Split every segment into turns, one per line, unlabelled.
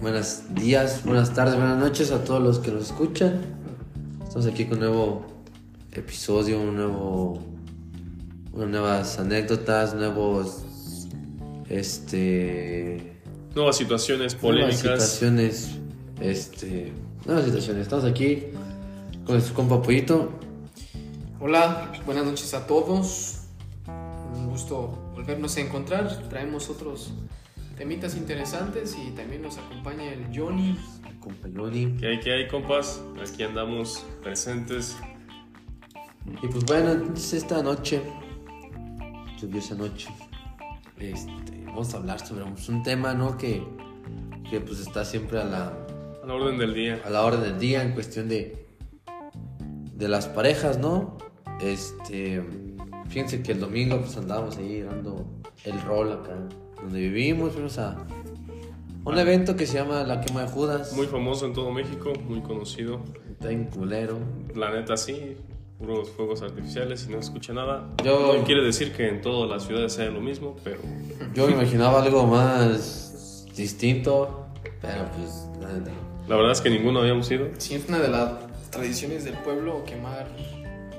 Buenos días, buenas tardes, buenas noches a todos los que nos escuchan. Estamos aquí con un nuevo episodio, un nuevo, unas nuevas anécdotas, nuevos, este,
Nuevas situaciones
nuevas
polémicas.
situaciones, este, nuevas situaciones. Estamos aquí con su compa Pollito.
Hola, buenas noches a todos. Un gusto volvernos a encontrar. Traemos otros temitas interesantes y también nos acompaña el Johnny.
compa Johnny.
¿Qué hay, qué hay, compas? Aquí andamos presentes.
Y pues bueno, entonces esta noche, lluviosa noche, este, vamos a hablar sobre un, un tema, ¿no? Que, que pues está siempre a la,
A la orden del día.
a la orden del día en cuestión de, de las parejas, ¿no? Este, fíjense que el domingo pues andábamos ahí dando el rol acá, donde vivimos, fuimos a un evento que se llama La Quema de Judas,
Muy famoso en todo México, muy conocido.
está en culero.
La neta sí, puros fuegos artificiales y no escucha nada.
Yo-
No quiere decir que en todas las ciudades sea lo mismo, pero
Yo me imaginaba algo más distinto, pero pues la neta no.
la verdad es que ninguno habíamos ido.
Sí, es una de las tradiciones del pueblo quemar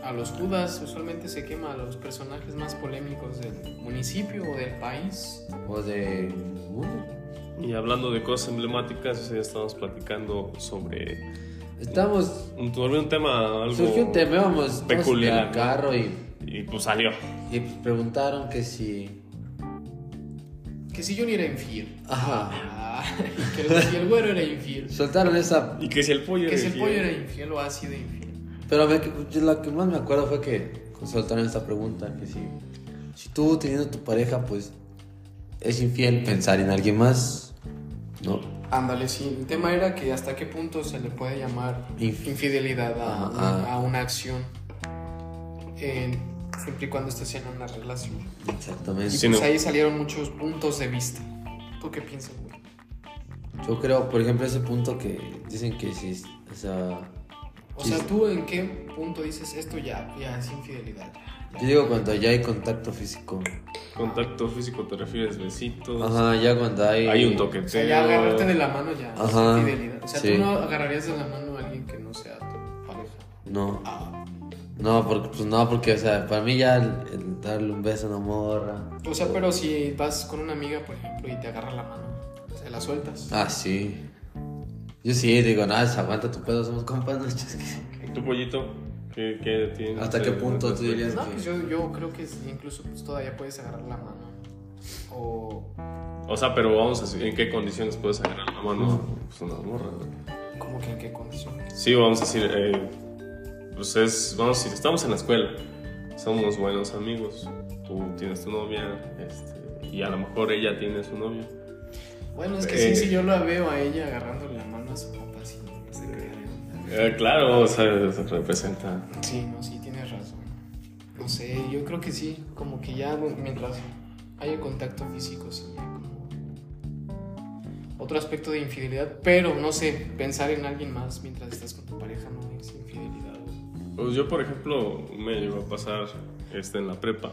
a los judas. Usualmente se quema a los personajes más polémicos del municipio o del país.
O de.
Y hablando de cosas emblemáticas, ese día estábamos platicando sobre
Estamos.
un, sobre un tema algo...
Surgió un tema, íbamos
peculiar,
peculiar.
¿no?
carro y,
Y pues salió.
y pues preguntaron que si.
Que si Johnny era infiel.
Ajá.
Ah, y que el- si el güero era infiel.
Soltaron esa.
Y que si el pollo
Que si
era
el pollo
infiel.
era infiel o ha sido infiel.
Pero me, yo la que más me acuerdo fue que soltaron esta pregunta: que si. Si tú teniendo tu pareja, pues. Es infiel pensar en alguien más. ¿No?
Ándale, sí. El tema era que hasta qué punto se le puede llamar
Inf-
infidelidad a,
Ajá.
una- a una acción en- siempre y cuando estés en una relación.
Exactamente.
Y
Sí,
pues
no.
ahí salieron muchos puntos de vista. ¿Tú qué piensas, güey?
Yo creo, por ejemplo, ese punto que dicen que si. es- O sea.
O
Sí,
sea,
sí.
¿tú en qué punto dices esto ya, ya es infidelidad? Ya.
Yo digo cuando ya hay contacto físico.
Contacto físico te refieres, besitos.
Ajá, ya cuando hay.
Hay un
O
toqueteo.
sea, ya agarrarte de la mano ya
Ajá.
es infidelidad. O sea,
Sí.
tú no agarrarías de la mano a alguien que no sea tu pareja.
No.
Ah.
No, porque, pues no, porque, o sea, para mí ya el, el darle un beso a una morra.
O sea, pero si vas con una amiga, por ejemplo, y te agarra la mano, se la sueltas.
Ah, sí. Yo sí, digo, nada, se aguanta tu pedo, somos compas, no chasques.
¿Tu pollito? ¿Qué, qué tiene?
¿Hasta qué punto tú dirías?
No,
que-
pues yo, yo creo que sí, incluso pues, todavía puedes agarrar la mano. O
O sea, pero vamos a decir, ¿en qué condiciones puedes agarrar la mano? Pues una morra, güey.
como que en qué condiciones.
Sí, vamos a decir, eh, pues es, vamos a decir, estamos en la escuela, somos buenos amigos, tú tienes tu novia, este, y a lo mejor ella tiene su novio.
Bueno, es que
Eh.
sí, si yo la veo a ella agarrándole la mano a su papá, sí, se queda.
Eh, claro, o sea, se representa.
Sí, no, sí, tienes razón. No sé, yo creo que sí, como que ya bueno, mientras haya contacto físico, sí, ya como... Otro aspecto de infidelidad, pero no sé, pensar en alguien más mientras estás con tu pareja no es infidelidad.
Pues yo, por ejemplo, me llegó a pasar este, en la prepa.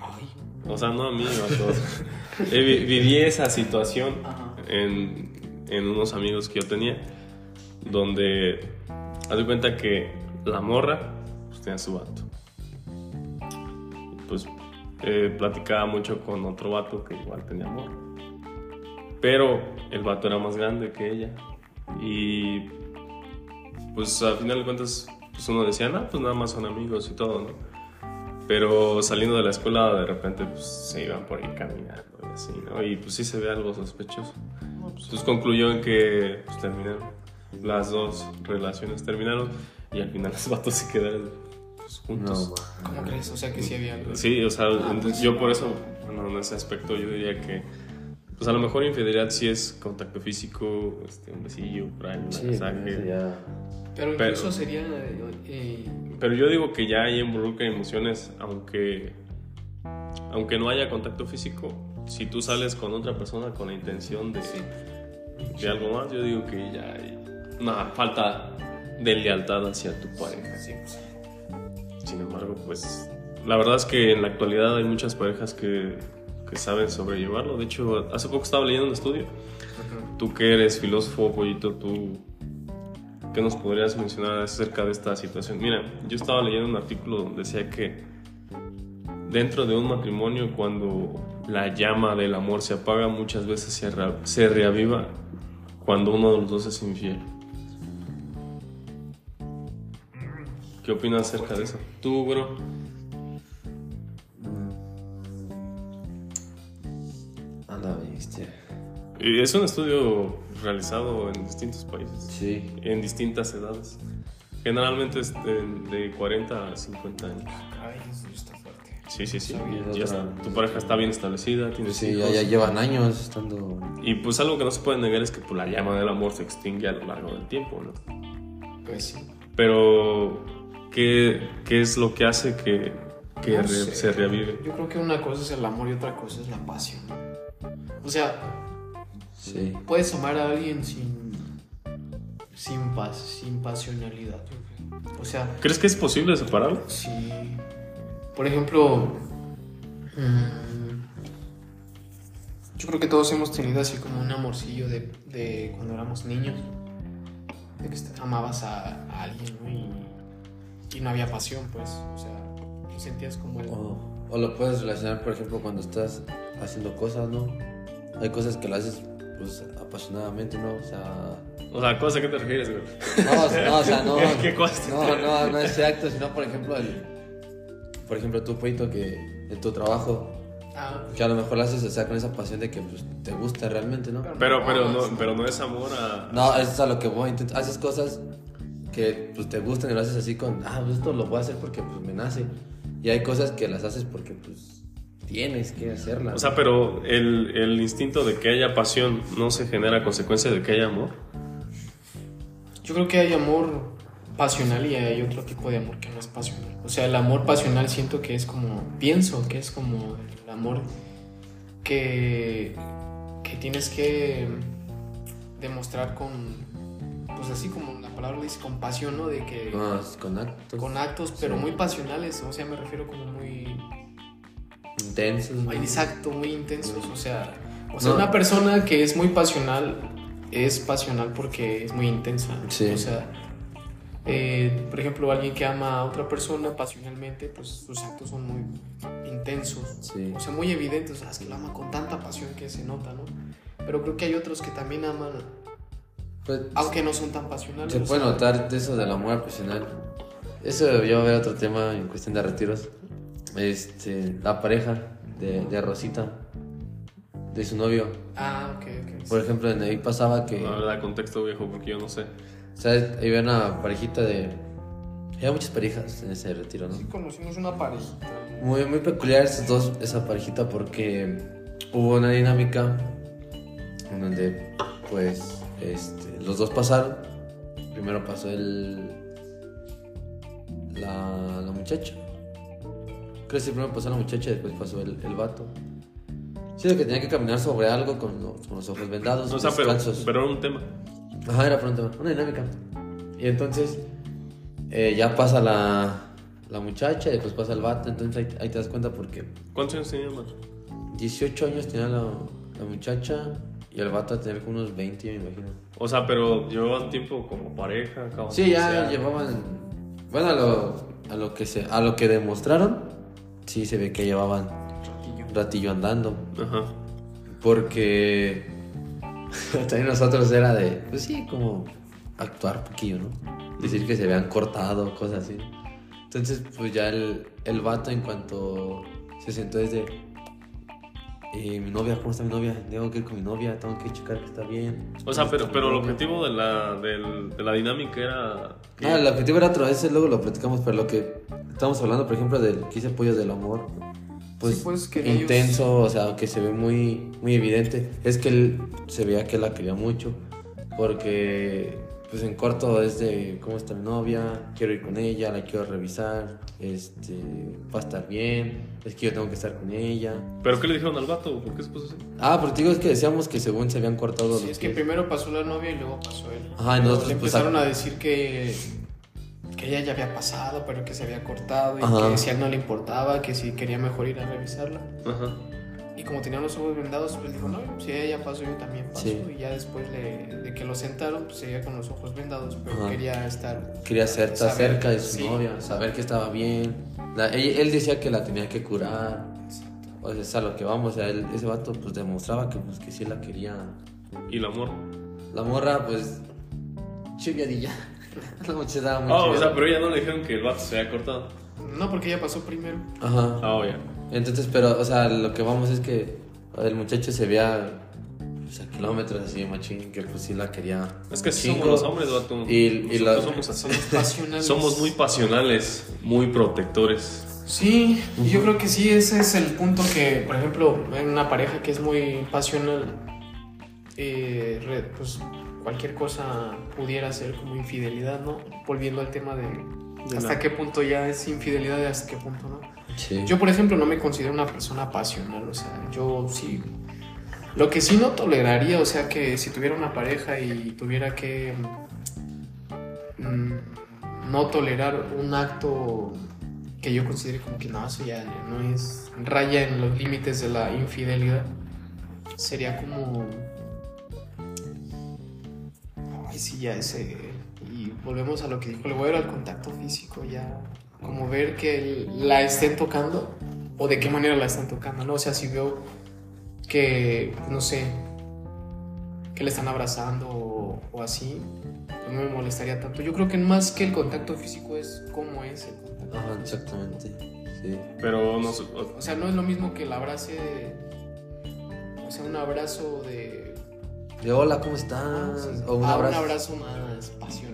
Ay,
O sea, no a mí, a todos. Eh, vi- viví esa situación
Ajá.
en, en unos amigos que yo tenía, donde haz de cuenta que la morra pues, tenía su vato. Pues eh, platicaba mucho con otro vato que igual tenía morra. Pero el vato era más grande que ella. Y pues al final de cuentas, pues uno decía, no, pues nada más son amigos y todo, ¿no? Pero saliendo de la escuela, de repente pues, se iban por ahí caminando y así, ¿no? Y pues sí se ve algo sospechoso. Entonces concluyó en que pues, terminaron. Las dos relaciones terminaron y al final los vatos se quedaron pues, juntos.
No,
¿cómo crees? O sea, que sí había algo.
Sí, o sea,
Ah, pues.
yo por eso, bueno, en ese aspecto yo diría que, pues a lo mejor infidelidad sí es contacto físico, este, un besillo, por ahí, un
sí,
mensaje.
eso ya.
Pero
Pero-
incluso sería... eh, eh,
Pero yo digo que ya hay involucra emociones, aunque, aunque no haya contacto físico. Si tú sales con otra persona con la intención de, de algo más, yo digo que ya hay una falta de lealtad hacia tu pareja.
sí, pues,
Sin embargo, pues la verdad es que en la actualidad hay muchas parejas que, que que saben sobrellevarlo. De hecho, hace poco estaba leyendo un estudio. Tú que eres filósofo, pollito, tú. ¿Qué nos podrías mencionar acerca de esta situación? Mira, yo estaba leyendo un artículo donde decía que dentro de un matrimonio, cuando la llama del amor se apaga, muchas veces se, ra- se reaviva cuando uno de los dos es infiel. ¿Qué opinas acerca de eso? Tú, bro.
Anda, viste.
Eh, Es un estudio realizado en distintos países,
Sí.
en distintas edades. Generalmente es de, de 40 a 50 años.
Ay, eso está fuerte.
Sí, sí, sí.
Sí, es otra-
Ya está- tu pareja está bien establecida, tienes
Sí, ya,
hijos.
ya llevan años estando.
Y pues algo que no se puede negar es que pues, la llama del amor se extingue a lo largo del tiempo, ¿no?
Pues sí.
Pero, ¿qué, qué es lo que hace que, que
No
re-
sé.
se reavive?
Yo creo que una cosa es el amor y otra cosa es la pasión. O sea,
Sí.
puedes amar a alguien sin. sin paz, sin pasionalidad. O sea,
¿Crees que es posible separarlo?
si. Por ejemplo. mm, yo creo que todos hemos tenido así como un amorcillo de, de cuando éramos niños. De que est- amabas a, a alguien, ¿no? Y, y no había pasión, pues. O sea, sentías como el.
O, o lo puedes relacionar, por ejemplo, cuando estás haciendo cosas, ¿no? Hay cosas que lo haces, pues, apasionadamente, ¿no? O sea.
O sea, ¿cosa a qué te refieres, güey?
No, o sea, no, o sea, no.
Es que cuesta.
No, no, no es acto, sino, por ejemplo, el. Por ejemplo, tú, Poito, que en tu trabajo,
Ah,
que a lo mejor lo haces, o sea, con esa pasión de que pues, te gusta realmente, ¿no?
Pero, pero, no, pero no es amor a...
No, eso es a lo que voy. Entonces, haces cosas que pues, te gustan y lo haces así con, ah, pues esto lo voy a hacer porque pues, me nace. Y hay cosas que las haces porque pues tienes que hacerlas.
O sea, pero el, el instinto de que haya pasión no se genera a consecuencia de que haya amor.
Yo creo que hay amor pasional y hay otro tipo de amor que no es pasional. O sea, el amor pasional siento que es como, pienso que es como el amor que, que tienes que demostrar con, pues así como la palabra lo dice, con pasión, ¿no? De que
No, es con actos
con actos, pero muy pasionales, o sea, me refiero como muy,
intensos.
muy exacto, muy intensos. O sea, o sea
No.
una persona que es muy pasional es pasional porque es muy intensa.
Sí.
O sea, eh, por ejemplo, alguien que ama a otra persona pasionalmente, pues sus actos son muy intensos.
Sí.
O sea, muy evidentes. O sea, es que lo ama con tanta pasión que se nota, ¿no? Pero creo que hay otros que también aman,
Pues,
aunque no son tan pasionales.
se
o
puede
sea,
notar de eso del amor profesional. Eso yo veo otro tema en cuestión de retiros. Este, la pareja de, de Rosita, de su novio.
Ah, ok, ok.
Por ejemplo, en ahí pasaba que...
La verdad, contexto viejo, porque yo no sé.
O sea, había una parejita de. Había muchas parejas en ese retiro, ¿no?
Sí, conocimos una parejita.
Muy, muy peculiar esos dos, esa parejita, porque hubo una dinámica en donde, pues, este, los dos pasaron. Primero pasó el. La, la muchacha. Creo que sí, primero pasó la muchacha y después pasó el, el vato. Siento que tenía que caminar sobre algo con, los- con los ojos vendados.
O sea, pero,
descalzos.
pero era un tema.
Ajá, era pronto, una dinámica. Y entonces eh, ya pasa la, la muchacha y después pasa el vato. Entonces ahí, ahí te das cuenta porque
¿Cuántos años tenía más?
18 años tenía la, la muchacha y el vato a tener como unos 20, me imagino.
O sea, pero llevaban tiempo como pareja. acababan
Sí,
de
ya
iniciar.
llevaban. Bueno, a lo, a lo que se, a lo que demostraron, sí se ve que llevaban un ratillo andando.
Ajá.
Porque también nosotros era de, pues sí, como actuar poquillo, ¿no? Decir que se vean cortado, cosas así. Entonces, pues ya el, el vato en cuanto se sentó desde, eh, mi novia, ¿cómo está mi novia? Tengo que ir con mi novia, tengo que checar que está bien.
O sea, pero, pero el
lo
objetivo de la, del- de la dinámica era... que-
Ah, el objetivo era otra vez, luego lo platicamos, pero lo que estamos hablando, por ejemplo, del quise pollos del amor, pues,
Sí, pues, que ellos-
intenso, o sea, que se ve muy, muy evidente, es que él se veía que la quería mucho, porque pues en corto es de cómo está mi novia, quiero ir con ella, la quiero revisar, este, va a estar bien, es que yo tengo que estar con ella.
¿Pero qué le dijeron al vato? ¿Por qué se puso así?
Ah, pero te digo, es que decíamos que según se habían cortado
Sí,
los
es que
pies.
primero pasó la novia y luego pasó él.
Ajá, y
Pero
nosotros,
le
pues,
empezaron
a-
a decir que, que ella ya había pasado, pero que se había cortado y
Ajá.
que si a él no le importaba, que si quería mejor ir a revisarla.
Ajá.
Y como tenía los ojos vendados, pues dijo, no, si ella ya pasó, yo también paso.
Sí.
Y ya después le- de que lo sentaron, pues seguía con los ojos vendados, pero
Ajá.
quería estar.
Quería ser estar
saber,
cerca de su
sí.
novia, saber que estaba bien. La- e-, él, él decía que la tenía que curar. O sea, es a lo que vamos. O sea, él- ese vato pues demostraba que, pues, que sí la quería.
Y el amor.
La morra, pues. Chiviadilla. la muchacha estaba muy
Ah, o sea,
chiviada.
pero ella no le dijeron que el vato se había cortado.
No, porque ella pasó primero.
Ajá.
Ah, oye.
Entonces, pero, o sea, lo que vamos es que el muchacho se veía pues, a kilómetros así, machín, que pues sí la quería.
Es que así
chingo.
somos los hombres, vato.
Y- y la-
Nosotros somos así.
Pasionales.
Somos muy pasionales, muy protectores.
Sí, y yo creo que sí, ese es el punto que, por ejemplo, en una pareja que es muy pasional, eh, re- pues cualquier cosa pudiera ser como infidelidad, ¿no? Volviendo al tema de,
De
hasta
la-
qué punto ya es infidelidad y hasta qué punto no.
Sí.
Yo, por ejemplo, no me considero una persona pasional, o sea, yo sí... Lo que sí no toleraría, o sea, que si tuviera una pareja y tuviera que mm, no tolerar un acto que yo considere como que no, eso ya no es raya en los límites de la infidelidad, sería como... Ay, sí, ya ese... Y volvemos a lo que dijo, le voy a ir al contacto físico, ya como ver que la estén tocando o de qué manera la están tocando, ¿no? O sea, si veo que, no sé, que le están abrazando o, o así, pues no me molestaría tanto. Yo creo que más que el contacto físico es cómo es el contacto.
Ajá, exactamente. Sí.
Pero no sé,
O sea, no es lo mismo que el abrace, o sea, un abrazo de...
De hola, ¿cómo
ah,
estás?
sí,
O un
ah,
abrazo.
más pasional.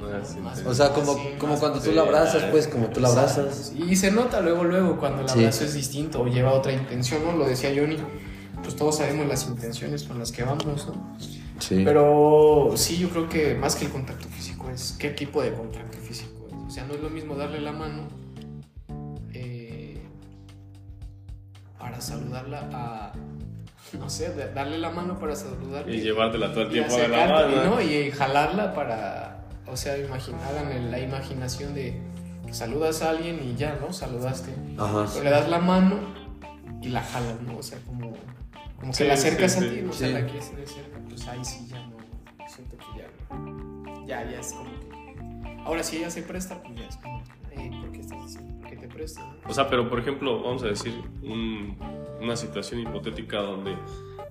No, así,
Más-
sí.
O sea, como,
sí,
como
más
cuando tú
sí,
la abrazas,
ah,
pues, como tú la abrazas.
Y se nota luego, luego, cuando el
Sí.
abrazo es distinto o lleva otra intención, ¿no? Lo decía Johnny, pues todos sabemos las intenciones con las que vamos, ¿no?
Sí.
Pero sí, yo creo que más que el contacto físico es qué tipo de contacto físico es. O sea, no es lo mismo darle la mano eh, para saludarla a... No sé, de- darle la mano para saludarla.
Y llevártela todo el
y
tiempo de la
acercarte,
mano.
¿no? Y jalarla para, o sea, imaginar, hagan el- la imaginación de que saludas a alguien y ya, ¿no? Saludaste.
Ajá.
Pero le das la mano y la jalas, ¿no? O sea, como, como
Sí,
que la acercas
sí,
a
sí.
ti, ¿no? o sea,
Sí.
la quieres tener cerca, pues ahí sí ya no, siento que ya no. Ya, ya es como que- Ahora, si ella se presta, pues ya es como, eh, ¿por qué estás así? ¿Por qué te presta? no?
O sea, pero por ejemplo, vamos a decir un- una situación hipotética donde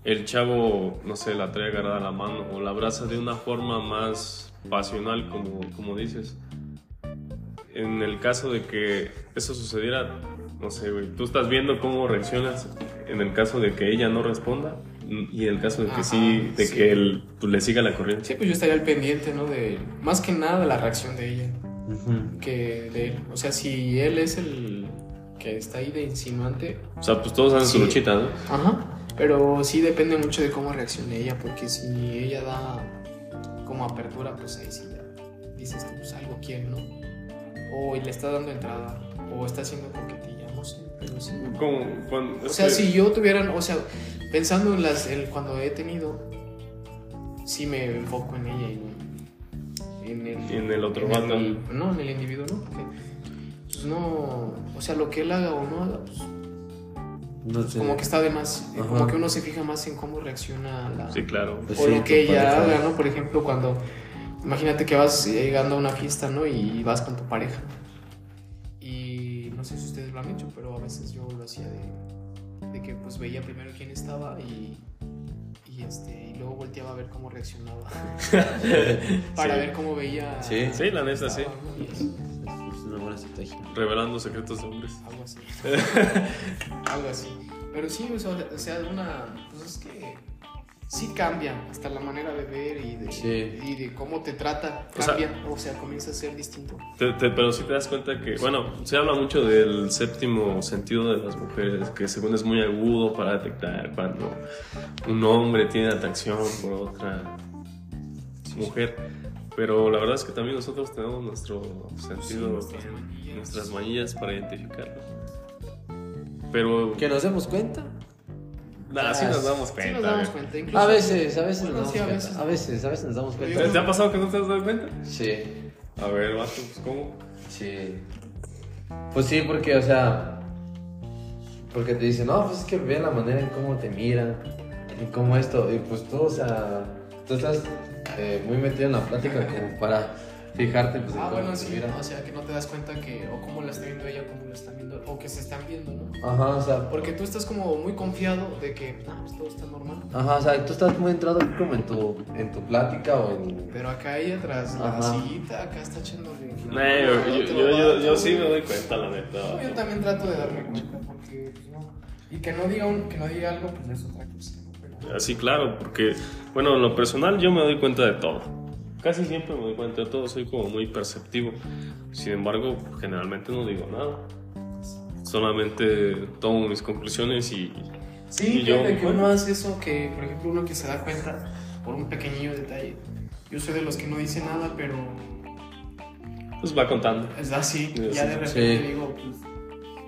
el chavo, no sé, la trae agarrada a la mano o la abraza de una forma más pasional, como, como dices. En el caso de que eso sucediera, no sé, güey, tú estás viendo cómo reaccionas en el caso de que ella no responda mm, y en el caso de que
Ajá,
sí, de
sí.
que él pues, le siga la corriente.
Sí, pues yo estaría al pendiente, ¿no? De, más que nada de la reacción de ella.
Ujú.
que de él. O sea, si él es el que está ahí de insinuante,
O sea, pues todos hacen su
Sí.
luchita, ¿no?
ajá. Pero sí depende mucho de cómo reaccione ella, porque si ella da como apertura, pues ahí sí ya dices que pues algo quiere, ¿no? O le está dando entrada, o está haciendo coquetilla, no sé, pero sí.
Como cuando-
O
es
sea,
que-
si yo tuviera, o sea, pensando en las, en cuando he tenido, sí me enfoco en ella y en, el,
En el otro
en el-
vato.
no, en el individuo, ¿no? Porque, pues, no, o sea, lo que él haga o no haga, pues,
No sé.
como que está de más, eh, como
Ajá.
que uno se fija más en cómo reacciona la,
Sí, claro.
Pues
o
sí,
lo que
tu
ella
pareja.
haga, ¿no? Por ejemplo, cuando, imagínate que vas eh, llegando a una fiesta, ¿no? Y vas con tu pareja. Y no sé si ustedes lo han hecho, pero a veces yo lo hacía de, de que pues veía primero quién estaba y, y, este, y luego volteaba a ver cómo reaccionaba. Para
Sí.
ver cómo veía.
Sí.
Sí, la neta, sí.
estaba, ¿no? Y es-
Es una buena estrategia.
Revelando secretos de hombres.
Algo así. Algo así. Pero sí, o sea, o sea, una. Pues es que. Sí cambia hasta la manera de ver y de,
Sí.
y de cómo te trata.
O sea-
Cambia. O sea, comienza a ser distinto.
Te- te- pero si te das cuenta que, bueno, se habla mucho del séptimo sentido de las mujeres, que según es muy agudo para detectar cuando un hombre tiene atracción por otra mujer. Pero la verdad es que también nosotros tenemos nuestro sentido,
nuestras manillas.
pues nuestras manillas para identificarlo. Pero
Que nos demos cuenta.
nada, sí nos damos cuenta.
Sí nos damos
güey.
cuenta. Incluso,
A veces, a veces
Bueno,
nos damos
sí, a
cuenta.
veces.
A veces, a veces nos damos
Pero yo
¿Te,
cuenta.
te ha pasado que no te has dado cuenta?
Sí.
A ver, vato, pues, ¿cómo?
Sí. Pues sí, porque, o sea, Porque te dicen, no, pues es que ve la manera en cómo te mira, en cómo esto. Y pues tú, o sea, tú estás eh, muy metido en la plática como para fijarte pues, en
Ah,
cómo
bueno,
te
sí,
mira.
o sea, que no te das cuenta que o cómo la está viendo ella, o cómo la están viendo, o que se están viendo, ¿no?
Ajá, o sea,
Porque tú estás como muy confiado de que, ah, pues todo está normal.
ajá, o sea, tú estás muy entrado como en tu, en tu plática o en...
Pero acá ella tras la
Ajá.
sillita, acá está echándole.
No, yo, yo, yo, yo- yo sí me doy cuenta, la
No, yo
neta.
también trato de darme cuenta porque pues, no. Y que no diga un- que no diga algo, pues es otra cosa. ¿no? Pero-
Así, claro, porque, bueno, en lo personal yo me doy cuenta de todo. Casi siempre me doy cuenta de todo, soy como muy perceptivo. Sin embargo, generalmente no digo nada. Solamente tomo mis conclusiones y.
Sí,
y yo-
fíjate que uno hace eso, que por ejemplo uno que se da cuenta por un pequeñillo detalle. Yo soy de los que no dice nada, pero
Pues va contando.
es así,
Sí,
ya
sí,
de repente
sí.
digo, pues,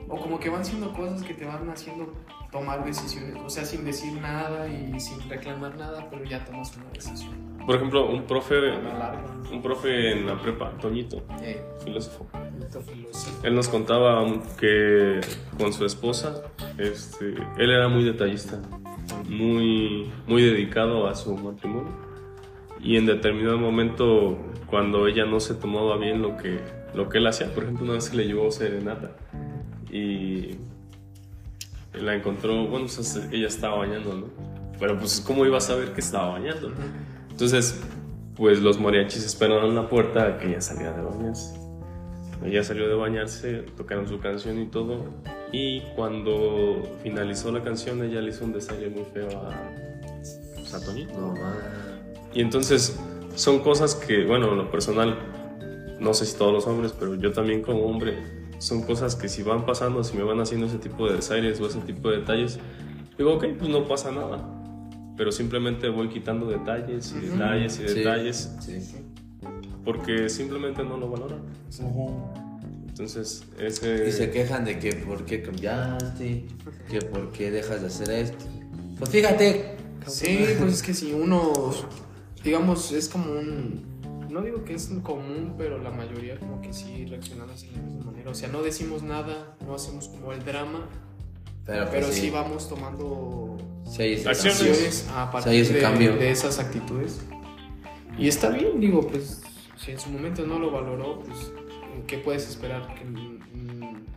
o como que van siendo cosas que te van haciendo tomar decisiones, o sea, sin decir nada y sin reclamar nada, pero ya tomas una decisión.
Por ejemplo, un profe,
A la larga.
un profe en la prepa, Toñito,
Eh,
filósofo.
esto fue lo-
Él nos contaba que con su esposa, este, él era muy detallista, muy, muy dedicado a su matrimonio. Y en determinado momento, cuando ella no se tomaba bien lo que, lo que él hacía, por ejemplo, una vez que le llevó serenata y la encontró, bueno, o sea, se- ella estaba bañando, ¿no? Pero pues, ¿cómo iba a saber que estaba bañando? Entonces, pues los mariachis esperaron en la puerta a que ella saliera de bañarse. Ella salió de bañarse, tocaron su canción y todo. Y cuando finalizó la canción, ella le hizo un detalle muy feo a, pues, a Toñito.
No, ma.
Y entonces son cosas que, bueno, en lo personal, no sé si todos los hombres, pero yo también como hombre, son cosas que si van pasando, si me van haciendo ese tipo de desaires o ese tipo de detalles, digo, ok, pues no pasa nada. Pero simplemente voy quitando detalles y
Ujú.
detalles y
Sí.
detalles
Sí.
porque simplemente no lo valoran. Entonces, ese...
Y se quejan de que por qué cambiaste, que por qué dejas de hacer esto. Pues fíjate.
Sí, pues es que si uno, digamos, es como un... No digo que es común, pero la mayoría como que sí reaccionamos de la misma manera. O sea, no decimos nada, no hacemos como el drama,
Pero, pues,
pero sí, vamos tomando
Sí, hay ese
Acciones.
cambio.
acciones a
O sea, hay
partir
ese
de-
cambio.
de, esas actitudes. Y está bien, digo, pues si en su momento no lo valoró, pues ¿qué puedes esperar? Que en,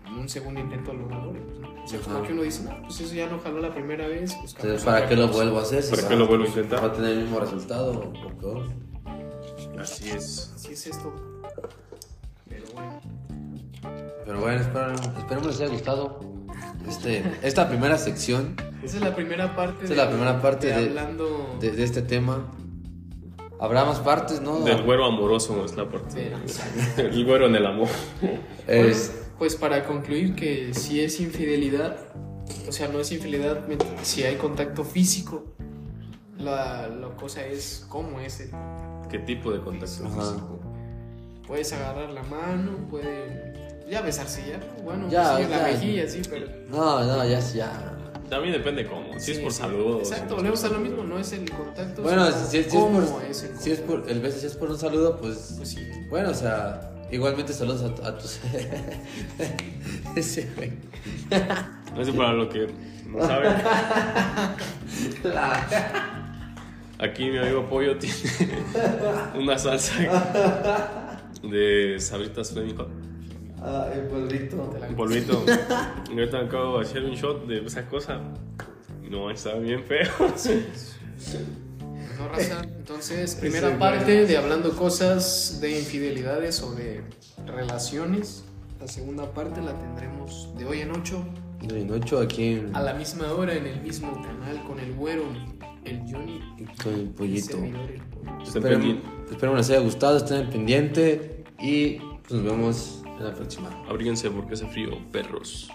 en un segundo intento lo valore. Pues, ¿no? O sea, como
Ajá.
que uno dice, no, pues eso ya lo jaló la primera vez. pues,
Entonces,
capaz
¿para
otra
qué lo
cosa".
vuelvo a hacer? Si
¿Para qué
sabe
lo vuelvo a
que
intentar?
Va a tener el mismo resultado. o peor.
Así es.
Así es esto. Pero bueno.
Pero bueno, espero- esperemos les haya gustado este, esta primera sección
Esa es la primera parte.
Esa es la primera parte de-
hablando.
de, de este tema. Habrá más partes, ¿no?
Del güero amoroso es la parte. El güero en el amor.
Es-
Bueno, pues para concluir que si es infidelidad, o sea, no es infidelidad mientras- si hay contacto físico. La, la cosa es cómo es. eh. el-
¿Qué tipo de contacto
Ajá.
físico?
Puedes agarrar la mano, puede. Ya besarse ya. Bueno, pues
Ya,
sí, la
ya.
mejilla, sí, pero.
No, no, ya, ya.
También depende cómo. Si es por
sí,
saludos.
Exacto,
si no
volvemos
es
a
por
lo mismo, no es el contacto.
Bueno,
sino
si, si es
cómo
por,
el
si es por, el beso, si es por un saludo, pues,
Pues sí.
bueno, o sea, igualmente saludos a, a tus... Ese güey.
saludos. Eso para lo que no saben. Aquí mi amigo Pollo tiene una salsa de sabritas flémico.
Ah, el polvito.
Un polvito. Y ahorita acabo de hacer un shot de esa cosa. No, está bien feo.
No, raza. Entonces, primera
Ese
parte de hablando cosas de infidelidades o de relaciones. La segunda parte la tendremos de hoy en 8
De noche aquí en-
a la misma hora en el mismo canal con el güero, el Johnny
con el
y el
pollito.
servidor, el pollo.
Estén
Esperemos,
pendientes.
esperemos les haya gustado, estén pendiente y pues, nos vemos en la próxima.
Abríguense porque hace frío, perros.